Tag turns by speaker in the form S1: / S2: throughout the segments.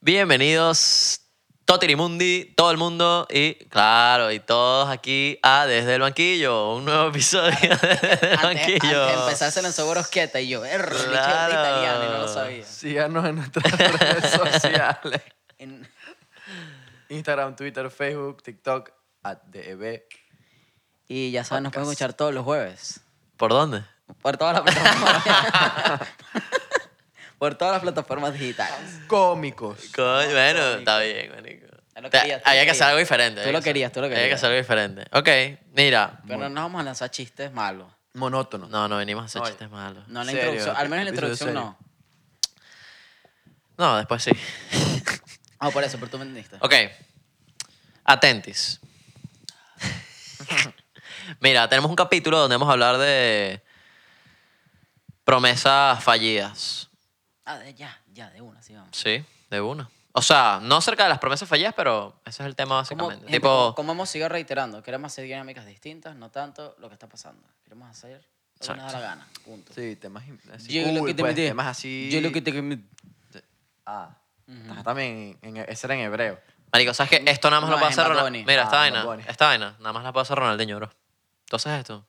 S1: Bienvenidos, Totirimundi, todo el mundo y, claro, y todos aquí a Desde el Banquillo, un nuevo episodio de Desde el
S2: Antes,
S1: Banquillo.
S2: antes de empezar se lanzó Borosqueta y yo, er, le eché de
S1: Claro.
S2: italiano y no lo sabía.
S3: Síganos en nuestras redes sociales.
S2: En-
S3: Instagram, Twitter, Facebook, TikTok, at E DEB.
S2: y ya saben, nos pueden escuchar todos los jueves.
S1: ¿Por dónde?
S2: Por todas las plataformas. por todas las plataformas digitales.
S3: Cómicos.
S1: Coño, bueno, está bien, marico.
S2: Tú lo
S1: Te-
S2: querías,
S1: había que
S2: tú lo querías.
S1: hacer algo diferente.
S2: Tú
S1: había que
S2: lo
S1: hacer-
S2: querías, tú lo
S1: Había que
S2: querías.
S1: hacer algo diferente. Ok, mira.
S2: Pero no nos vamos a lanzar chistes malos.
S3: Monótonos.
S1: No, no venimos a hacer
S3: No,
S1: chistes malos.
S2: No en la
S3: Serio,
S2: introducción, al menos en la
S3: episodio
S2: introducción no.
S3: serio.
S1: No, después sí.
S2: No, Ah, por eso, pero tú me entendiste.
S1: Ok. Atentis. Mira, tenemos un capítulo donde vamos a hablar de promesas fallidas.
S2: Ah, de- ya, ya, de una, sí vamos.
S1: Sí, de una. O sea, no cerca de las promesas fallidas, pero ese es el tema
S2: Como,
S1: básicamente.
S2: gente, como-
S1: tipo,
S2: como hemos seguido reiterando, queremos hacer dinámicas distintas, no tanto lo que está pasando. Queremos hacer lo que nos da la gana, punto.
S3: Sí, temas así.
S2: Yo lo
S3: cool,
S2: que te
S3: pues,
S2: metí.
S3: temas así.
S2: Yo lo que te metí.
S3: Ah. Ajá, También, en, en- ese era en hebreo.
S1: marico, ¿sabes qué? Esto nada más
S2: No,
S1: lo puede
S2: es
S1: hacer
S2: Bad
S1: Ronaldinho.
S2: Bunny.
S1: Mira, esta
S3: Ah,
S1: vaina,
S3: Bad Bunny.
S1: esta vaina, nada más la puede hacer Ronaldinho, bro. Tú haces esto.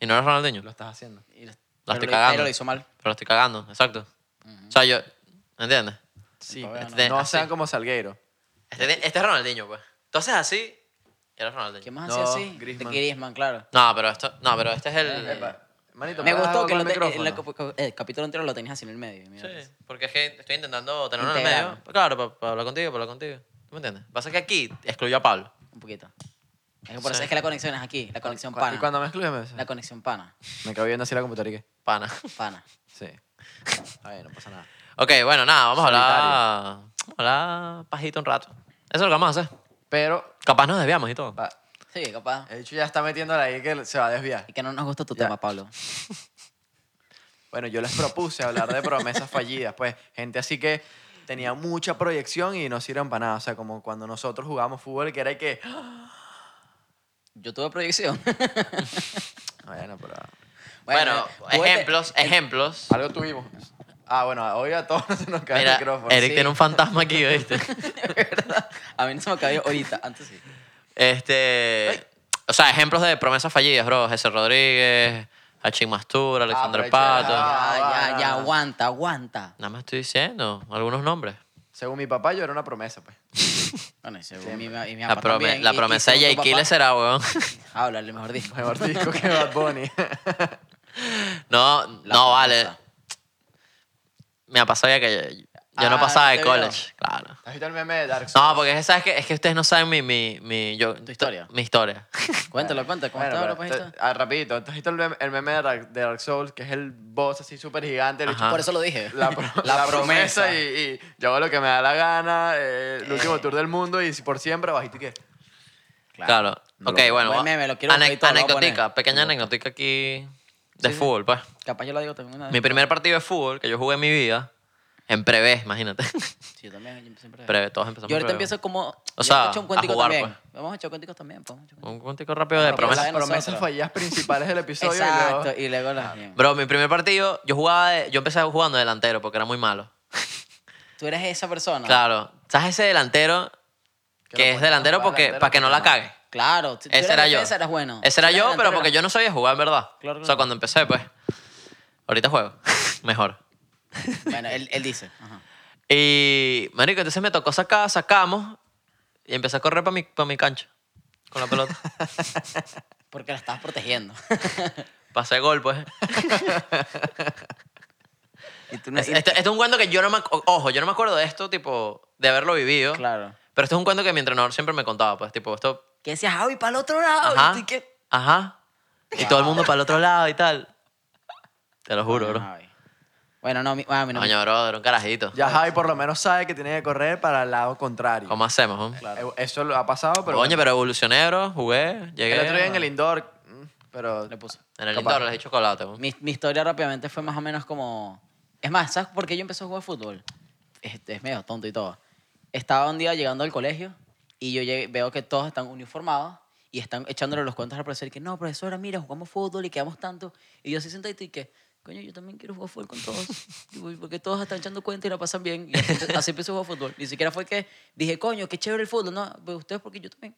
S1: Y no eres Ronaldinho.
S3: Lo estás haciendo.
S2: Y lo-
S1: La
S2: pero
S1: estoy
S2: lo-
S1: cagando.
S2: Pero lo hizo mal.
S1: Pero lo estoy cagando, exacto. O sea, yo, ¿entiendes?
S3: Sí.
S2: Todavía
S1: no.
S3: No
S1: Así.
S3: sean como Salgueiro.
S1: Este, este es Ronaldinho, pues. Tú haces así y eres Ronaldinho.
S2: ¿Qué más hacía
S3: No,
S2: así?
S3: Griezmann.
S2: De Griezmann, claro.
S1: No, pero esto, no, pero este es el.
S3: Epa, Manito,
S2: Eh, Me
S3: ¿puedes
S2: gustó
S3: bajar
S2: que
S3: el
S2: lo te- eh,
S3: micrófono?
S2: el, el capítulo entero lo tenías así en el medio. mira.
S1: Sí, porque es que estoy intentando tenerlo en el
S2: Integral.
S1: medio. Pues Claro, para hablar contigo, para hablar contigo. ¿Tú me entiendes? Pasa que aquí excluyó a Pablo.
S2: Un poquito. Es que por
S1: Sí.
S2: eso es que la conexión es aquí, la conexión
S3: Cu-
S2: pana.
S3: Y cuando me excluye, me,
S2: La conexión pana,
S3: me quedo viendo así la computadora y que.
S1: Pana.
S2: pana.
S3: Sí. A ver, no pasa nada.
S1: Ok, bueno, nada, vamos a hablar.
S3: Solitario.
S1: Vamos a hablar pajito un rato. Eso es lo que vamos a hacer.
S3: Pero,
S1: Capaz nos desviamos y todo.
S3: va,
S2: Sí, capaz.
S3: el hecho ya está metiéndola ahí que se va a desviar.
S2: Y que no nos gusta tu
S3: Ya.
S2: tema, Pablo.
S3: Bueno, yo les propuse hablar de promesas fallidas, pues gente así que tenía mucha proyección y no sirven para nada. O sea, como cuando nosotros jugábamos fútbol, que era y que... "Ah,
S2: Yo tuve proyección.
S3: Bueno, pero...
S1: Bueno,
S2: tú vete-
S1: ejemplos, ejemplos.
S3: Algo tuvimos. Ah, bueno, hoy a todos se nos cae el
S1: Mira,
S3: micrófono.
S1: Eric
S3: Sí.
S1: tiene un fantasma aquí, ¿viste?
S2: A mí no se me cabía ahorita, antes sí.
S1: Este. O sea, ejemplos de promesas fallidas, bro. Jesse Rodríguez, Hachín Mastura, Alexander
S3: Ah, pero
S1: Pato.
S3: chévere. Ah.
S2: Ya, ya,
S3: va.
S2: ya, aguanta, aguanta.
S1: Nada más estoy diciendo algunos nombres.
S3: Según mi papá, yo era una promesa, pues.
S2: Bueno, y según mi, y mi
S1: La,
S2: papá
S1: prome-
S2: también,
S1: la
S2: y- y
S1: promesa de
S2: según tu
S1: Jay Killer
S2: papá.
S1: será, weón.
S2: Háblale, mejor dicho.
S3: Mejor disco que Bad Bunny.
S1: No,
S2: La
S1: no, vale.
S2: promesa.
S1: Me ha pasado ya que yo, yo no
S3: Ah,
S1: pasaba de
S3: ¿te vio?
S1: college. Claro.
S3: ¿Has visto el meme de Dark Souls?
S1: No, porque ¿sabes qué? es que ustedes no saben mi, mi, mi, yo-
S2: Tu historia.
S1: Mi historia.
S2: Cuéntalo, cuéntalo. ¿Cómo
S3: Bueno,
S2: está la
S3: pero te- ah, rapidito, ¿tú has visto el meme, el meme de, Dark, de Dark Souls, que es el boss así súper gigante? el bicho
S1: Ajá.
S2: Por eso lo dije.
S3: la, pro- la promesa, y, y yo hago lo que me da la gana, eh, el último tour del mundo y si por siempre bajito y qué.
S1: Claro.
S3: No
S1: ok,
S3: lo-
S1: bueno.
S2: Buen
S1: va-
S2: meme, lo quiero
S1: ane-
S2: buscar y todo, lo voy a
S1: anecdotica,
S2: poner.
S1: pequeña anecdotica aquí de fútbol, pues.
S2: Capaz yo lo digo también una vez.
S1: Mi primer partido de fútbol que yo jugué en mi vida, en prevés, imagínate.
S2: Sí, yo también, yo siempre.
S1: Prevés, todos empezamos
S2: yo ahorita
S1: en prevés.
S2: empiezo como. yo
S1: sea,
S2: he hecho un
S1: a
S2: cuentico
S1: jugar,
S2: también.
S1: pues.
S2: Vamos a echar cuenticos también. pues, vamos a echar cuenticos.
S1: Un cuentico rápido de promesas.
S2: la de
S3: Las promesas
S2: nosotros.
S3: fallidas principales del episodio. Y
S2: Exacto,
S3: luego,
S2: y luego las.
S1: Bro, mi primer partido, yo jugaba, de- yo empecé jugando delantero porque era muy malo.
S2: Tú eres esa persona.
S1: Claro. ¿Sabes ese delantero
S3: Que
S1: que,
S3: lo
S1: es
S3: ponen a
S1: delantero
S3: jugar
S1: porque
S3: delantero
S1: para que no la
S3: porque
S1: cague?
S2: Claro, tú- tú
S1: Ese
S2: eras
S1: era yo.
S2: defensa, eras bueno.
S1: Ese era
S2: Tú
S1: yo,
S2: eras
S1: pero
S2: delantero,
S1: porque
S2: eras-
S1: yo no sabía jugar en verdad.
S2: Claro,
S1: O sea,
S2: claro.
S1: cuando empecé, pues. Ahorita juego. Mejor.
S2: Bueno, él, él dice. Ajá.
S1: Y, marico, entonces me tocó sacar, sacamos y empecé a correr para mi, pa' mi cancha con la pelota.
S2: Porque la estabas protegiendo.
S1: Pasé gol, pues.
S2: y tú no
S1: Este, este es un cuento que yo no me... ac- Ojo, yo no me acuerdo de esto, tipo, de haberlo vivido.
S2: Claro.
S1: Pero esto es un cuento que mi entrenador siempre me contaba, pues. Tipo, esto...
S2: Que decías, Javi, para el otro lado.
S1: Ajá.
S2: Y tú, ¿qué?
S1: Ajá. Y todo el mundo para el otro lado y tal. Te lo juro, bro.
S2: Ay. Bueno, no, mi, ah, mi- no, mi-
S1: Coño, bro, era un carajito.
S3: Ya Javi por lo menos sabe que tiene que correr para el lado contrario.
S1: ¿Cómo hacemos, hom?
S3: Eh, Eso lo ha pasado, pero.
S1: Coño,
S3: bueno.
S1: pero evolucioné, bro. Jugué, llegué.
S3: el otro día en el indoor. mm, Pero.
S2: le puse.
S1: En el
S3: capaz.
S1: indoor les di chocolate, hom.
S2: Mi, mi historia rápidamente fue más o menos como... Es más, ¿sabes por qué yo empecé a jugar fútbol? Es, es medio tonto y todo. Estaba un día llegando al colegio y yo llegué- veo que todos están uniformados y están echándole los cuentos al profesor y que no, profesora, mira, jugamos fútbol y quedamos tanto. Y yo así sentadito y que, coño, yo también quiero jugar fútbol con todos. Digo, "Y Porque todos están echando cuenta y la pasan bien. Y entonces, así empecé a jugar fútbol. Ni siquiera fue que dije, coño, qué chévere el fútbol. No, pues ustedes porque yo también.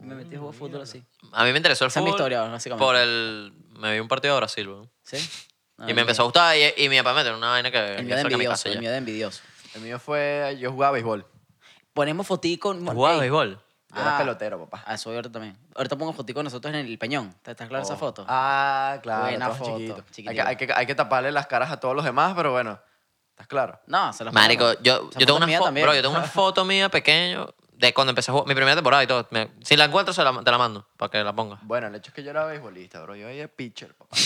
S2: Y me metí a jugar fútbol así.
S1: A mí me interesó el
S2: Esa es mi
S1: fútbol.
S2: historia, básicamente.
S1: Por el. Me vi un partido de Brasil, weón.
S2: ¿Sí? No,
S1: y
S2: no,
S1: me empezó a gustar y, y mi papá me tenía una vaina que.
S2: El
S1: que
S2: mío de
S1: eso que me
S2: envidioso, el
S1: encasilla.
S2: mío de envidioso.
S3: El mío fue, yo jugaba béisbol.
S2: Ponemos fotico. mon-
S1: Jugaba
S2: ey,
S1: béisbol.
S3: Yo era
S2: Ah.
S3: pelotero, papá.
S2: Ah, eso ahorita también. Ahorita pongo fotico de nosotros en el peñón. ¿Te estás claro esa
S3: Oh.
S2: foto?
S3: Ah, claro.
S2: Buena
S3: todos
S2: foto,
S3: chiquitos. Hay que,
S2: chiquitico.
S3: hay que- hay que taparle las caras a todos los demás, pero bueno, ¿estás claro?
S2: No, se las
S1: Marico,
S2: ponemos.
S1: yo,
S2: Esa
S1: yo, tengo
S2: foto
S1: una
S2: mía
S1: fo-
S2: también.
S1: bro, yo tengo una foto mía pequeño de cuando empecé a jugar. Mi primera temporada y todo. Me- si la encuentro, se la- te la mando para que la pongas.
S3: Bueno, el hecho es que yo era beisbolista, bro. Yo era pitcher, papá.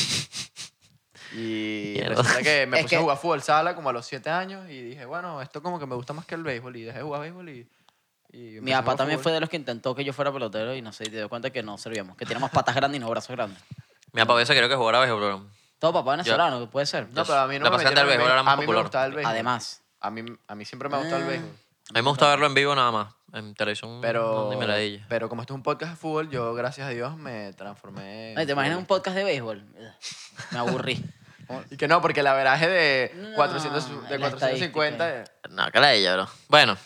S3: Y
S1: Mierda.
S3: resulta que me
S2: Es
S3: puse
S2: que-
S3: a jugar fútbol sala como a los 7 años y dije, bueno, esto como que me gusta más que el béisbol y dejé de jugar béisbol y... y empecé
S2: Mi
S3: a
S2: papá
S3: jugar
S2: también fue
S3: fútbol.
S2: de los que intentó que yo fuera pelotero y no sé, y te dio cuenta que no servíamos, que teníamos patas grandes y no brazos grandes.
S1: Mi papá dice que creo que jugara béisbol, bro.
S2: Todo papá venezolano, puede ser.
S3: No, pero a mí no
S1: La
S3: me
S1: pasión
S3: metieron
S1: del
S3: en
S1: béisbol era más
S3: A mí me
S1: popular.
S3: gustaba el béisbol.
S2: Además,
S3: A mí, a mí siempre me ha gustado el
S2: Ah.
S3: béisbol.
S1: A mí me gusta verlo en vivo nada más. En televisión.
S3: Pero,
S1: ni me la di.
S3: pero como esto es un podcast de fútbol, yo, gracias a Dios, me transformé. en
S2: ay, ¿te imaginas un
S3: futbolista.
S2: podcast de béisbol? Me aburrí.
S3: Y que no, porque el averaje de, 400
S2: No,
S3: de
S2: la
S3: 450. eh,
S1: No, que la di, bro. Bueno,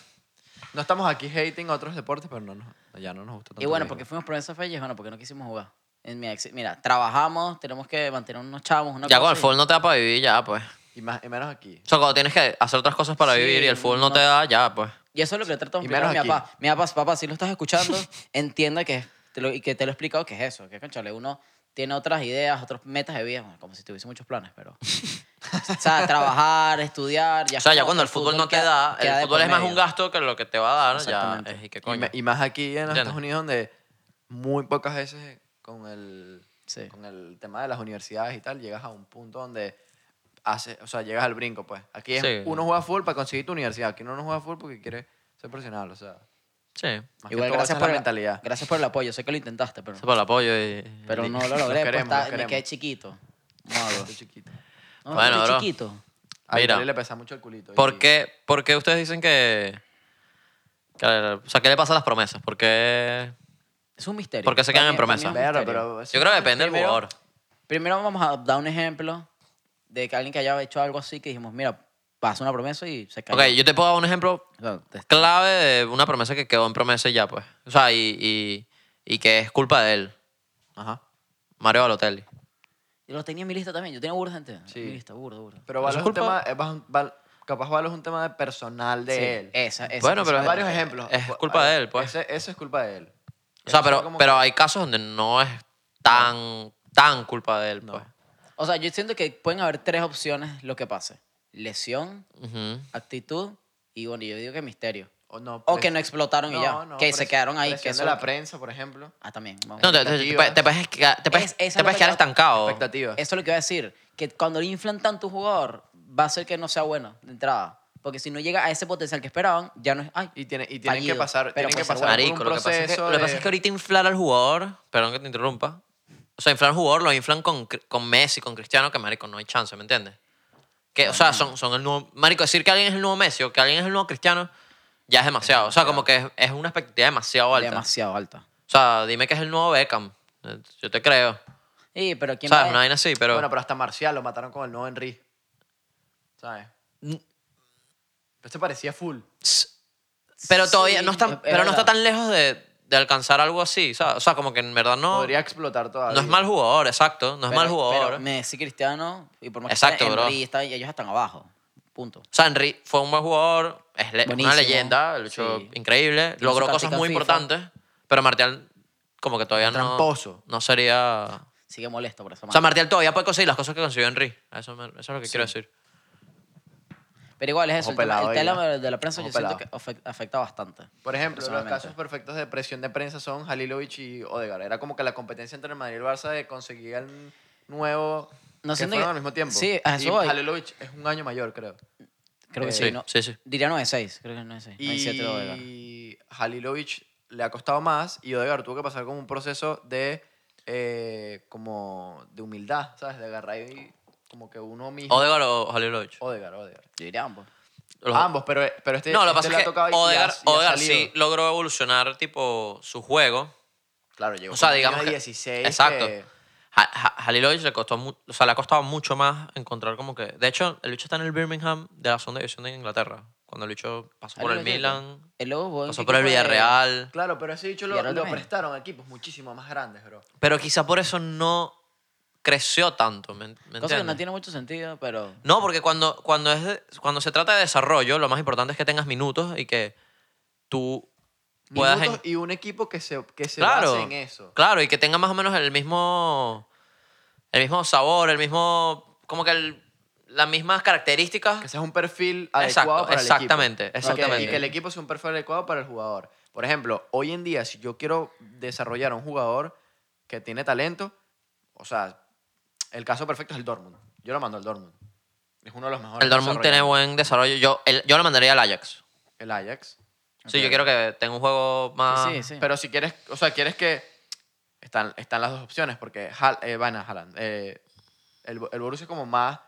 S3: No estamos aquí hating otros deportes, pero no, nos- ya no nos gusta tanto.
S2: Y
S3: el
S2: bueno,
S3: béisbol.
S2: porque fuimos promesas fallas, bueno, porque no quisimos jugar. En mi ex- mira, trabajamos, tenemos que mantener unos chavos, una
S1: ya con
S2: cosa
S1: el
S2: y-
S1: fútbol no te da para vivir, ya, pues.
S3: Y, más, y menos aquí.
S1: O sea, cuando tienes que hacer otras cosas para
S2: Sí,
S1: vivir y el fútbol no,
S2: no.
S1: te da, ya, pues.
S2: Y eso es lo que le trato de
S3: Y
S2: explicar a mi
S3: menos aquí.
S2: papá. Mi papá, papá, si lo estás escuchando, entienda que es- te lo, y que te lo he explicado que es eso, que conchale, uno tiene otras ideas, otras metas de vida, bueno, como si tuviese muchos planes, pero o sea, trabajar, estudiar, ya
S1: O sea, ya
S2: como
S1: cuando
S2: que
S1: el fútbol no te da,
S2: queda
S1: el
S2: de
S1: fútbol
S2: por
S1: es más un
S2: medio.
S1: gasto que lo que te va a dar, ya.
S2: Exactamente.
S1: Es, y qué
S3: Y,
S1: coño.
S3: me- y más aquí en los
S1: Entiendo.
S3: Estados Unidos, donde muy pocas veces con el,
S2: Sí.
S3: con el tema de las universidades y tal, llegas a un punto donde. haces o sea, llegas al brinco, pues. Aquí es,
S1: Sí.
S3: uno juega fútbol para conseguir tu universidad. Aquí uno no juega fútbol porque quiere ser profesional, o sea.
S1: Sí.
S3: Más que
S2: Igual
S3: todo,
S2: gracias
S3: esa es
S2: por
S3: la
S2: el,
S3: mentalidad.
S2: gracias por el apoyo, sé que lo intentaste, pero,
S1: Eso por el apoyo y.
S2: pero no lo
S3: Los
S2: logré, pues,
S3: queremos,
S2: está-
S3: los
S2: me
S3: queremos.
S2: quedé chiquito. No, bro.
S3: Estoy chiquito.
S2: No,
S1: Bueno,
S2: estoy
S1: bro.
S2: chiquito.
S3: A
S1: Mira.
S3: Mira, le pesa mucho el culito. y-
S1: ¿Por qué, por qué ustedes dicen que, que- O sea, ¿qué le pasa a las promesas? ¿Por qué...?
S2: Es un misterio.
S1: ¿Por qué se quedan en
S2: Para mí- para mí
S1: promesa?
S2: es un
S3: Verga,
S2: misterio.
S3: pero eso
S1: Yo creo que
S3: es
S1: depende del
S3: primero-
S1: jugador.
S2: Primero vamos a dar un ejemplo de que alguien que haya hecho algo así que dijimos, mira, pasó una promesa y se cayó.
S1: Ok, yo te puedo dar un ejemplo
S2: O sea, te-
S1: clave de una promesa que quedó en promesa y ya, pues. O sea, y, y, y que es culpa de él,
S3: Ajá.
S1: Mario Balotelli.
S2: Yo lo tenía en mi lista también. Yo tenía burda gente.
S3: Sí.
S2: En mi lista, burda, burda.
S3: Pero
S1: ¿Eso
S3: Valo
S1: es
S3: es un
S1: culpa?
S3: tema... eh, vas- Val- capaz Valo es un tema de personal de
S2: Sí,
S3: él.
S2: Esa, esa.
S1: Bueno,
S2: esa
S1: Eh, pero-
S3: Hay
S2: es
S3: varios
S2: la-
S3: ejemplos.
S1: es
S3: Pu-
S1: culpa
S3: a
S1: de
S3: ver,
S1: él, pues.
S3: ese- eso es culpa de él.
S1: O sea,
S3: Eso es
S1: pero,
S3: como
S1: pero
S3: que-
S1: hay casos donde no es tan, tan culpa de él, pues.
S2: O sea, yo siento que pueden haber tres opciones lo que pase. Lesión,
S1: Ujú.
S2: actitud y bueno, yo digo que misterio.
S3: O, no,
S2: O
S3: pres-
S2: que no explotaron y ya.
S3: no,
S2: que
S3: pres-
S2: se quedaron ahí. Que
S3: presión
S2: eso
S3: de
S2: es
S3: la
S2: lo que-
S3: prensa, por ejemplo.
S2: Ah, también. vamos.
S1: No, te, te- te puedes- te puedes, quedar- te puedes-
S2: Es- esa
S1: te
S2: es
S1: puedes
S2: la
S1: quedar
S2: verdad.
S1: estancado.
S3: Expectativas.
S2: Eso es lo que iba a decir. Que cuando le inflan tanto a un jugador, va a ser que no sea bueno de entrada. Porque si no llega a ese potencial que esperaban, ya no es. Ay,
S3: Y, tiene, y tienen que
S2: fallido,
S3: pasar,
S2: pero
S3: tienen que
S2: puede ser
S3: pasar
S2: bueno.
S3: por
S1: Marico,
S3: un
S1: lo que, pasa es que,
S3: proceso
S1: lo que pasa es que ahorita inflar al jugador, perdón que te interrumpa, o sea, inflar al jugador lo inflan con, Cri- con Messi, con Cristiano, que marico, no hay chance, ¿me entiendes? Que, o sea, son, son el nuevo, marico, decir que alguien es el nuevo Messi o que alguien es el nuevo Cristiano, ya es demasiado, o sea, como que es, es una expectativa demasiado alta.
S2: demasiado alta.
S1: O sea, dime que es el nuevo Beckham, eh, yo te creo,
S2: Sí, pero ¿quién
S1: ¿sabes?
S2: va a-
S1: Una vaina así, pero...
S3: Bueno, pero hasta Marcial lo mataron con el nuevo Henry. ¿Sabes?
S1: Mm.
S3: Pero se parecía full.
S1: pero todavía
S2: sí,
S1: no está,
S2: es- es
S1: pero no está
S2: verdad.
S1: tan lejos de, de alcanzar algo así, ¿sabes? O sea, como que en verdad no,
S3: Podría explotar todavía.
S1: no es mal jugador, exacto, no es
S2: Pero-
S1: mal jugador.
S2: pero Messi, Cristiano y por más
S1: Exacto,
S2: que sea,
S1: bro.
S2: Henry está- ellos están abajo. Punto.
S1: O sea, Henry fue un buen jugador, es le-
S2: Buenísimo.
S1: una leyenda, lo hizo
S2: Sí.
S1: increíble,
S2: su
S1: logró
S2: cartica
S1: cosas muy
S2: en FIFA.
S1: importantes, pero Martial como que todavía no...
S3: Tramposo.
S1: No sería...
S2: Sigue molesto por eso.
S1: O sea, Martial todavía puede conseguir las cosas que consiguió Henry. Eso, me- eso es lo que quiero decir.
S2: pero igual es eso.
S3: Ojo
S2: El, tema-
S3: pelado
S2: el
S3: ahí,
S2: tema
S3: ¿eh?
S2: de la prensa
S3: Ojo
S2: yo siento
S3: pelado.
S2: que afec- afecta bastante.
S3: Por ejemplo, los
S2: Personalmente.
S3: casos perfectos de presión de prensa son Halilovic y Odegaard. Era como que la competencia entre el Madrid y el Barça de conseguir el nuevo...
S2: No
S3: que
S2: siento
S3: fueron
S2: que-
S3: al mismo tiempo.
S2: Sí, a eso
S3: y
S2: voy.
S3: Halilovic es un año mayor, creo.
S2: Creo que
S3: Eh,
S2: sí.
S1: sí,
S2: ¿no?
S1: sí, sí.
S2: Diría 9-6. Creo que es 9-6. 9-7 de Odegaard.
S3: Y Halilovic le ha costado más y Odegaard tuvo que pasar como un proceso de... eh, como de humildad, ¿sabes? De agarrar y como que uno mismo...
S1: Odegaard o Halilovic.
S3: Odegaard, Odegaard.
S2: Yo diría ambos.
S1: Los-
S3: Ambos, pero, pero Ah, este,
S1: no, lo
S3: este
S1: que pasa
S3: le ha
S1: es que
S3: tocado y- y ha-
S1: Odegaard,
S3: y ha
S1: Odegaard
S3: salido.
S1: sí logró evolucionar tipo su juego.
S3: Claro, llegó
S1: O sea,
S3: con un niño
S1: digamos
S3: de
S1: que...
S3: 16.
S1: Exacto.
S3: que-
S1: Ha- Ha- Halilovic le costó, mu- o sea, le ha costado mucho más encontrar como que... De hecho, el bicho está en el Birmingham de la segunda división de Inglaterra. Cuando el bicho pasó por el
S2: Halilovic,
S1: Milan,
S2: El Lobo jugó en
S1: pasó
S2: qué
S1: por el
S2: equipo de-
S1: Villarreal.
S3: Claro, pero ese dicho
S2: Y
S3: lo,
S2: ahora
S3: lo
S2: también.
S3: prestaron a equipos muchísimo más grandes, bro.
S1: Pero quizá por eso no creció tanto, ¿me, me
S2: Cosa que
S1: entiendes?
S2: no tiene mucho sentido, pero...
S1: No, porque cuando, cuando, es de- cuando se trata de desarrollo, lo más importante es que tengas minutos y que tú puedas...
S3: Minutos
S1: en-
S3: y un equipo que se, que se
S1: claro,
S3: base en eso.
S1: claro, y que tenga más o menos el mismo, el mismo sabor, el mismo... Como que el- las mismas características.
S3: Que sea un perfil
S1: Exacto,
S3: adecuado para el
S1: exactamente,
S3: equipo. Y que-
S1: exactamente.
S3: Y que el equipo sea un perfil adecuado para el jugador. Por ejemplo, hoy en día, si yo quiero desarrollar a un jugador que tiene talento, o sea, el caso perfecto es el Dortmund. Yo lo mando al Dortmund. Es uno de los mejores.
S1: El Dortmund tiene
S3: desarrolladores.
S1: buen desarrollo. Yo, el- yo lo mandaría al Ajax.
S3: El Ajax.
S1: Sí, yo quiero que tenga un juego más...
S2: Sí, sí.
S3: Pero si quieres, o sea, quieres que... Están, están las dos opciones, porque Hal- eh, Van Haaland, eh, el, Bo- el Borussia es como más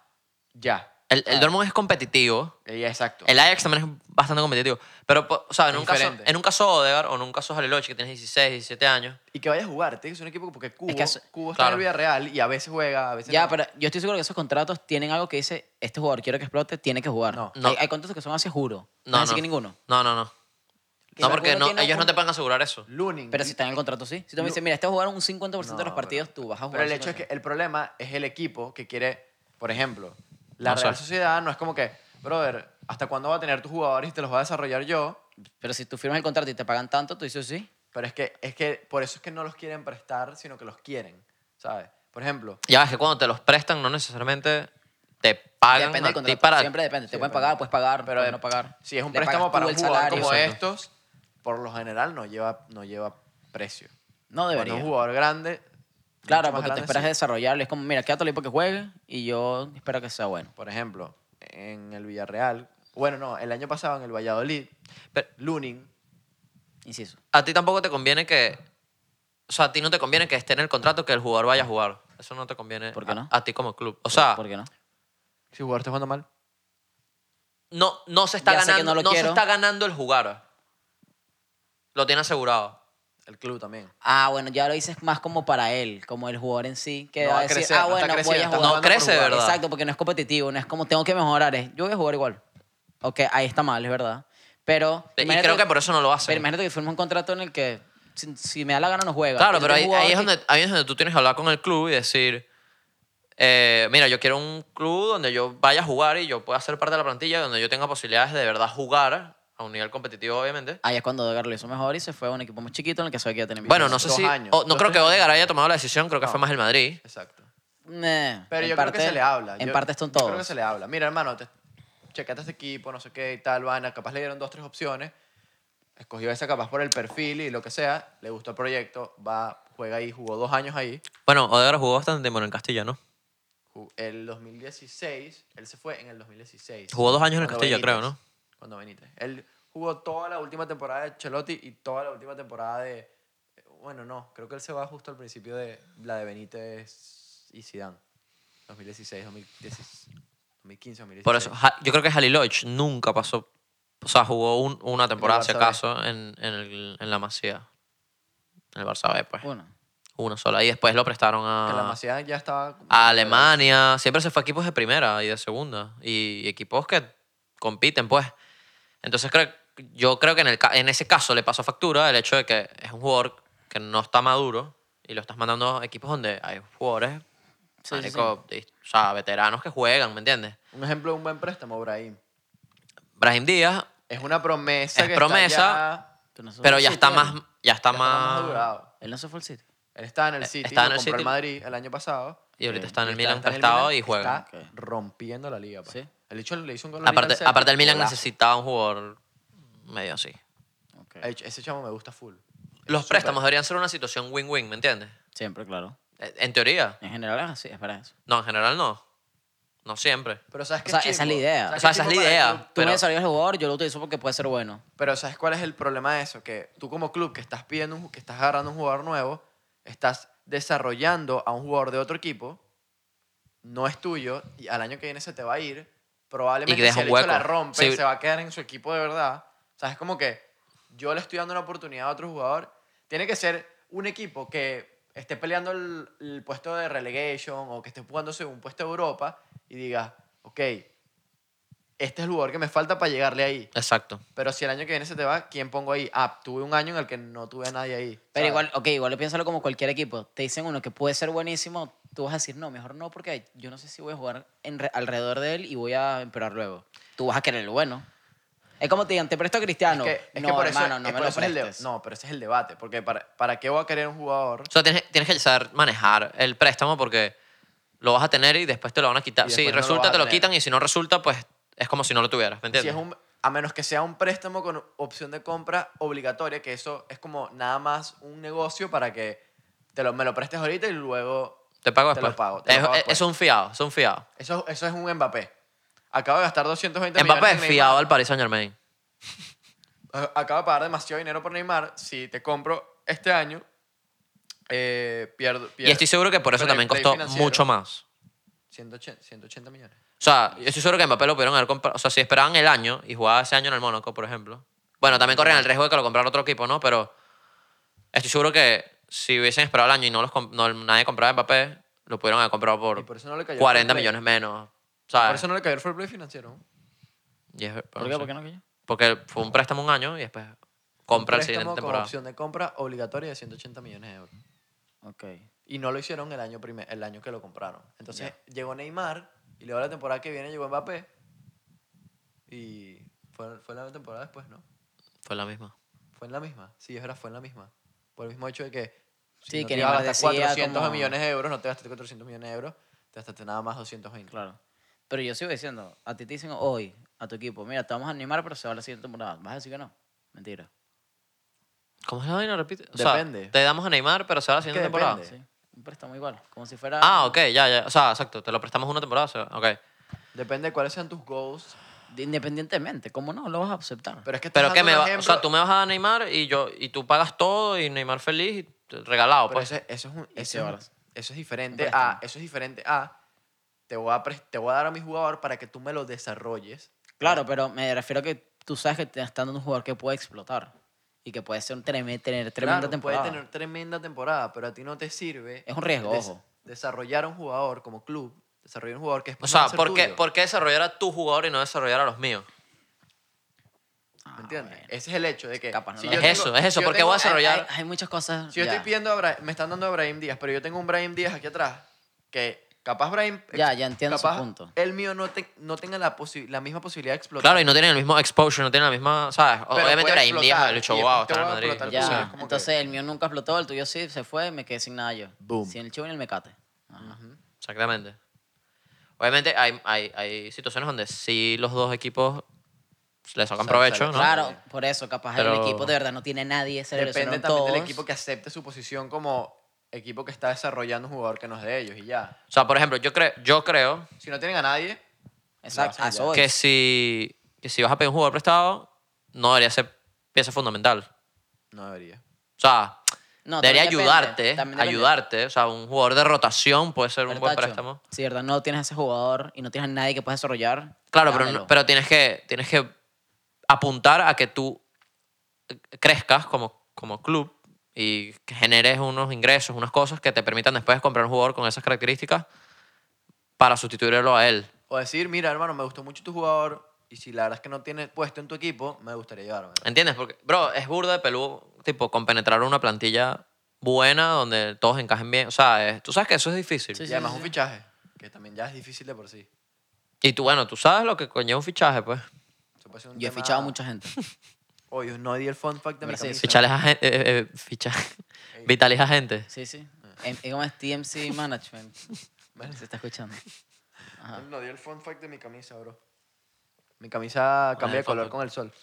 S3: ya.
S1: El, el Dortmund es competitivo.
S3: Eh, exacto.
S1: El Ajax también es bastante competitivo. Pero, po- o sea, en
S3: Es
S1: un, caso,
S3: diferente.
S1: en un caso Odegaard o en un caso Halilovic, que tienes 16, 17 años,
S3: Y que vaya a jugar, tiene que ser un equipo porque Cubo,
S2: que hace-
S3: Cubo está en
S1: claro.
S3: el Villarreal y a veces juega, a veces
S2: Ya,
S3: no.
S2: pero yo estoy seguro que esos contratos tienen algo que dice, este jugador quiero que explote, tiene que jugar.
S3: No.
S1: No.
S2: Hay, hay contratos que son así, juro.
S1: no,
S2: No,
S1: no.
S2: así que ninguno.
S1: No, no, no. No,
S2: Quizá
S1: porque
S2: uno
S1: no,
S2: tiene
S1: ellos no
S2: un-
S1: te pueden asegurar eso.
S3: Lunin.
S2: Pero si está en el contrato, sí. Si tú me
S3: No.
S2: dices, mira, este va a jugar un 50% de los
S3: No,
S2: partidos,
S3: pero-
S2: tú vas a jugar.
S3: Pero el
S2: el
S3: hecho es que el problema es el equipo que quiere, por ejemplo, la
S1: No sé.
S3: Real Sociedad no es como que, brother, ¿hasta cuándo va a tener tus jugadores y te los va a desarrollar yo?
S2: Pero si tú firmas el contrato y te pagan tanto, tú dices sí.
S3: Pero es que, es que por eso es que no los quieren prestar, sino que los quieren, ¿sabes? Por ejemplo,
S1: Ya ves que cuando te los prestan, no necesariamente te pagan
S2: depende del
S1: a ti
S2: contrato.
S1: para...
S2: Siempre depende.
S3: Sí,
S2: te pueden
S3: depende.
S2: pagar, puedes pagar,
S3: pero
S2: puedes
S3: de-
S2: no pagar.
S3: si es un
S2: Le pagas
S3: préstamo
S2: tú
S3: para un
S2: el
S3: jugador
S2: salario.
S3: como este,
S1: Exacto.
S3: estos, por lo general no lleva, no lleva precio.
S2: No
S3: Cuando
S2: debería.
S3: un jugador grande...
S2: Claro,
S3: mucho más
S2: porque te
S3: grande,
S2: esperas
S3: sí.
S2: desarrollarlo. Es como, mira, quédate libre porque juegue y yo espero que sea bueno.
S3: Por ejemplo, en el Villarreal, bueno, no, el año pasado en el Valladolid,
S1: Pero
S3: Lunin
S2: Inciso.
S1: a ti tampoco te conviene que... O sea, a ti no te conviene que esté en el contrato que el jugador vaya a jugar. Eso no te conviene
S2: ¿Por qué
S1: a-
S2: no?
S1: A, ti como club. O sea,
S2: ¿Por qué no?
S3: Si el jugador está jugando mal.
S1: no, no, se, está
S2: Ya sé que
S1: ganando,
S2: no
S1: no,
S2: lo
S1: se
S2: quiero.
S1: está ganando el jugar. Lo tiene asegurado.
S3: El club también.
S2: Ah, bueno, ya lo dices más como para él, como el jugador en sí, que
S3: No
S2: va a
S3: va a
S2: decir,
S3: crecer,
S2: ah,
S3: no está
S2: bueno, voy
S3: creciendo,
S2: a
S3: está
S2: jugar.
S1: No crece, de ¿verdad?
S2: Exacto, porque no es competitivo, no es como tengo que mejorar, es, yo voy a jugar igual. Ok, ahí está mal, es verdad. Pero
S1: Y
S2: imagínate
S1: creo que por eso no lo hacen.
S2: Pero imagínate que firma un contrato en el que si, si me da la gana no juega.
S1: Claro,
S2: Yo
S1: pero
S2: tengo
S1: ahí,
S2: jugadores
S1: ahí es
S2: que-
S1: donde, ahí es donde tú tienes que hablar con el club y decir, eh, mira, yo quiero un club donde yo vaya a jugar y yo pueda ser parte de la plantilla, donde yo tenga posibilidades de de verdad jugar a un nivel competitivo, obviamente.
S2: Ahí es cuando Odegaard lo hizo mejor y se fue a un equipo muy chiquito en el que sabía que iba a tener
S1: Bueno, no
S2: minutos.
S1: sé
S3: Dos
S1: si...
S3: años,
S1: o- no
S3: dos,
S1: creo que
S3: tres
S1: Odegaard haya tomado la decisión, creo que fue más el Madrid.
S3: Exacto.
S2: Nah,
S3: Pero
S2: en
S3: yo creo
S2: parte-
S3: que se le habla.
S2: En
S3: Yo-
S2: parte están
S3: Yo creo que
S2: todos.
S3: se le habla. Mira, hermano, te, checate este equipo, no sé qué y tal, vaina. Capaz le dieron dos, tres opciones. Escogió esa capaz por el perfil y lo que sea. Le gustó el proyecto, va, juega ahí, jugó dos años ahí.
S1: Bueno, Odegaard jugó bastante tiempo en el Castilla, ¿no?
S3: Ju- El 2016, él se fue en el 2016.
S1: Jugó dos años en el
S3: Cuando
S1: Castilla, creo,
S3: Benítez-
S1: ¿no?
S3: Cuando Benítez. Él jugó toda la última temporada de Chelotti y toda la última temporada de... Bueno, no, creo que él se va justo al principio de la de Benítez y Zidane. 2016, 2016 2015, 2016.
S1: Por eso, Ja- yo creo que Halilovic nunca pasó... O sea, jugó un- una temporada, si
S3: Barça B.
S1: acaso, en, en, el- en la Masía. En el Barça B, pues.
S2: Bueno,
S1: Una sola. Y después lo prestaron
S3: Que la
S1: a...
S3: Masía ya estaba...
S1: a Alemania. Siempre se fue a equipos de primera y de segunda. Y equipos que compiten, pues. Entonces creo, yo creo que en, el, ca- en ese caso le pasó factura el hecho de que es un jugador que no está maduro y lo estás mandando a equipos donde hay jugadores,
S2: Sí, sí,
S1: marico, y- o sea, veteranos que juegan, ¿me entiendes?
S3: Un ejemplo de un buen préstamo, Brahim.
S1: Brahim Díaz,
S3: Es una promesa
S1: Es
S3: que
S1: promesa,
S3: está ya-
S2: pero, no se fue
S1: pero
S2: al
S1: ya
S2: City,
S1: está
S2: él.
S1: más... Ya está
S3: ya está más
S1: más...
S3: madurado.
S2: Él no se fue al sitio.
S3: Él estaba en el City,
S1: está Eh, en el
S3: lo compró
S1: City.
S3: el Madrid el año pasado. eh,
S1: Y ahorita está en el
S3: Y
S1: Milan
S3: está- está en el
S1: prestado
S3: Milan,
S1: y juega.
S3: Está rompiendo la liga. pa.
S2: Sí.
S3: El hecho le hizo un gol ahorita al
S1: Aparte,
S3: Celtic,
S1: aparte el Milan
S3: golazo.
S1: necesitaba un jugador medio así.
S2: Ok.
S3: El ch- Ese chamo me gusta full.
S1: Los préstamos deberían ser una situación win-win, ¿me entiendes?
S2: Siempre, claro.
S1: Eh, En teoría.
S2: En general es así, es para eso.
S1: No, en general no. No siempre.
S3: Pero sabes qué
S2: O sea,
S3: chimbo?
S2: esa es la idea.
S3: ¿Sabes
S1: O sea,
S3: qué
S1: esa es la
S3: chimbo para el
S1: idea.
S3: club?
S2: Tú
S1: Pero-
S2: me desarrollas el jugador, yo lo utilizo porque puede ser bueno.
S3: Pero sabes cuál es el problema de eso, que tú como club que estás pidiendo, un ju- que estás agarrando un jugador nuevo, estás desarrollando a un jugador de otro equipo, no es tuyo y al año que viene se te va a ir, probablemente
S1: Y deja
S3: si el
S1: un
S3: hecho la
S1: hueco.
S3: rompe,
S1: Sí.
S3: se va a quedar en su equipo de verdad. O sea, es como que yo le estoy dando una oportunidad a otro jugador. Tiene que ser un equipo que esté peleando el, el puesto de relegation o que esté jugándose un puesto de Europa y digas, ok, este es el jugador que me falta para llegarle ahí.
S1: Exacto.
S3: Pero si el año que viene se te va, ¿quién pongo ahí? Ah, tuve un año en el que no tuve a nadie ahí.
S2: Pero
S3: ¿sabes?
S2: igual, ok, igual piénsalo como cualquier equipo. Te dicen uno que puede ser buenísimo, tú vas a decir, no, mejor no, porque yo no sé si voy a jugar en re- alrededor de él y voy a empeorar luego. Tú vas a querer lo bueno. Es como te digan, te presto a Cristiano.
S3: Es que- es
S2: no,
S3: que por eso-
S2: hermano, no me
S3: es por
S2: lo
S3: eso es el de-
S2: prestes.
S3: no, pero ese es el debate. Porque para, ¿para qué voy a querer un jugador?
S1: O sea, tienes, tienes que saber manejar el préstamo porque lo vas a tener y después te lo van a quitar.
S3: Y
S1: Si
S3: después no lo
S1: resulta,
S3: vas a
S1: te lo
S3: tener.
S1: quitan y si no resulta, pues es como si no lo tuvieras, ¿me
S3: Si
S1: entiendes?
S3: es un, a menos que sea un préstamo con opción de compra obligatoria, que eso es como nada más un negocio para que te lo, me lo prestes ahorita y luego
S1: Te pago
S3: te
S1: después.
S3: lo pago, te lo
S1: es,
S3: pago
S1: es-
S3: después.
S1: es un fiado, es un fiado.
S3: Eso, eso es un Mbappé. Acabo de gastar
S1: Mbappé
S3: 220
S1: es
S3: millones en Neymar.
S1: fiado al Paris Saint Germain.
S3: A- Acabo de pagar demasiado dinero por Neymar. Si te compro este año, eh, pierdo,
S1: Y estoy seguro que por eso
S3: Pero
S1: también
S3: play
S1: costó
S3: financiero.
S1: mucho más.
S3: 180, 180 millones.
S1: O sea, yo estoy seguro que Mbappé lo pudieron haber comprado. O sea, si esperaban el año y jugaba ese año en el Mónaco, por ejemplo. Bueno, también corren el riesgo de que lo comprara otro equipo, ¿no? Pero estoy seguro que si hubiesen esperado el año y no los comp- no- nadie compraba a Mbappé, lo pudieron haber comprado por,
S3: Y por eso no le cayó el
S1: 40
S3: fair play.
S1: millones menos.
S3: Por
S1: ¿Sabes?
S3: eso no le cayó el fair play financiero.
S1: Y es-
S2: ¿Por
S1: no
S2: qué?
S1: sé.
S2: ¿Por qué no que yo?
S1: Porque fue un préstamo un año y después compra el
S3: Préstamo
S1: siguiente
S3: con
S1: temporada.
S3: opción de compra obligatoria de 180 millones de euros.
S2: Ok.
S3: Y no lo hicieron el año, prime- el año que lo compraron. Entonces llegó Neymar y luego la temporada que viene llegó Mbappé. Y fue, fue la temporada después, ¿no?
S1: Fue la misma.
S3: Fue en la misma. Sí, es verdad, fue en la misma. Por el mismo hecho de que si
S2: Sí,
S3: no
S2: que
S3: te
S2: Neymar
S3: gastaste
S2: decía
S3: 400
S2: como-
S3: millones de euros, no te gastaste 400 millones de euros, te gastaste nada más 220.
S2: Claro. Pero yo sigo diciendo, a ti te dicen hoy, a tu equipo, mira, te vamos a animar, pero se va la siguiente temporada. ¿Vas a decir que no? Mentira.
S1: ¿Cómo es la vaina? Repite. O
S3: Depende.
S1: Sea, te damos a Neymar, pero se va a la siguiente
S3: depende.
S1: temporada.
S2: Sí. Un préstamo igual, como si fuera...
S1: Ah, ok, ya, ya. O sea, exacto. Te lo prestamos una temporada. o sea, Ok.
S3: Depende de cuáles sean tus goals.
S2: Independientemente, ¿cómo no? Lo vas a aceptar.
S3: Pero es que estás
S1: Pero que
S3: dando
S1: me
S3: un
S1: va, o
S3: ejemplo-
S1: sea, tú me vas a dar Neymar y yo y tú pagas todo y Neymar feliz y te- regalado,
S3: Pero
S1: pues.
S3: eso, es- eso es un-
S2: Ese
S3: eso es un-
S2: ahora.
S3: eso es diferente
S2: Un préstamo.
S3: a eso es diferente a te voy a pres- te voy a dar a mi jugador para que tú me lo desarrolles.
S2: Claro, pero me refiero a que tú sabes que te están dando un jugador que puede explotar y que puede ser un treme- tener tremenda
S3: Claro,
S2: temporada.
S3: Puede tener tremenda temporada, pero a ti no te sirve.
S2: Es un riesgo,
S3: des-
S2: ojo.
S3: Desarrollar a un jugador como club, desarrollar un jugador que es
S1: o sea, ¿por qué, por qué desarrollar a tu jugador y no desarrollar a los míos?
S2: Ah,
S3: ¿Me entiendes?
S2: bueno.
S3: Ese es el hecho de que.
S2: Capaz no
S3: si
S2: lo
S3: yo
S1: es
S2: tengo-
S1: eso, es eso.
S3: si yo
S1: ¿Por qué
S3: tengo-
S1: voy a
S2: Hay- hay-
S1: desarrollar?
S2: hay, muchas cosas.
S3: Si yo estoy
S2: ya.
S3: pidiendo a Brahim, me están dando a Brahim Díaz, pero yo tengo un Brahim Díaz aquí atrás, que capaz Brahim.
S2: Ya, ya entiendo su
S3: capaz
S2: punto.
S3: El mío no, te- no tenga la, posi- la misma posibilidad de explotar.
S1: Claro, y no tienen el mismo exposure, no tienen la misma, ¿sabes? O-
S3: Pero
S1: Obviamente
S3: puede
S1: Brahim Díaz
S3: explotar,
S1: el hecho,
S3: y
S1: wow,
S3: te
S1: está en
S3: va a
S1: Madrid.
S3: explotar
S1: lo
S3: tu
S1: que
S2: Ya,
S1: sea.
S3: es como que-
S2: entonces el mío nunca explotó, el tuyo sí, se fue, me quedé sin nada yo.
S3: Boom.
S2: Sin el chivo ni el mecate. Ajá.
S1: Exactamente. Obviamente hay, hay, hay situaciones donde sí los dos equipos le sacan
S3: Sale-
S1: provecho,
S3: sale-
S1: ¿no?
S2: Claro, por eso, capaz el
S1: Pero-
S2: equipo de verdad no tiene nadie, se
S3: Depende
S2: lesionaron
S3: también del
S2: todos.
S3: equipo que acepte su posición como equipo que está desarrollando un jugador que no es de ellos y ya.
S1: O sea, por ejemplo, yo, creo yo creo
S3: Si no tienen a nadie,
S2: Exacto,
S3: Ya,
S2: a eso voy.
S1: que si, que si vas a pedir un jugador prestado, no debería ser pieza fundamental.
S3: no debería.
S1: O sea,
S2: No,
S1: debería
S2: también depende,
S1: ayudarte,
S2: también depende.
S1: ayudarte. O sea, un jugador de rotación puede ser un
S2: Pero,
S1: buen
S2: Tacho,
S1: préstamo.
S2: Si de verdad no tienes a ese jugador y no tienes a nadie que puedas desarrollar.
S1: Claro, pero,
S2: dámelo.
S1: no- pero tienes, que, tienes que apuntar a que tú eh, crezcas como, como club y que generes unos ingresos, unas cosas que te permitan después comprar un jugador con esas características para sustituirlo a él.
S3: O decir, mira, hermano, me gustó mucho tu jugador y si la verdad es que no tiene puesto en tu equipo, me gustaría llevarme.
S1: ¿Entiendes? Porque, bro, es burda de peludo, tipo, compenetrar una plantilla buena donde todos encajen bien. O sea, es- tú sabes que eso es difícil.
S2: Sí,
S3: y
S2: sí,
S3: además
S2: sí,
S3: un
S2: sí.
S3: fichaje, que también ya es difícil de por sí.
S1: Y tú, bueno, tú sabes lo que conlleva un fichaje, pues.
S3: Eso puede ser un
S2: Yo he
S3: tema-
S2: fichado a mucha gente.
S3: Oye, no di el fun fact de mi
S2: Mira, sí,
S3: camisa.
S1: Fichales a gente. Eh, eh, ficha- Vitales a gente.
S2: Sí, sí. Es como es TMC Management. Se está escuchando.
S3: No di el fun fact de mi camisa, bro. Mi camisa cambia
S1: el
S3: de
S1: fun
S3: color
S1: fact.
S3: con el sol.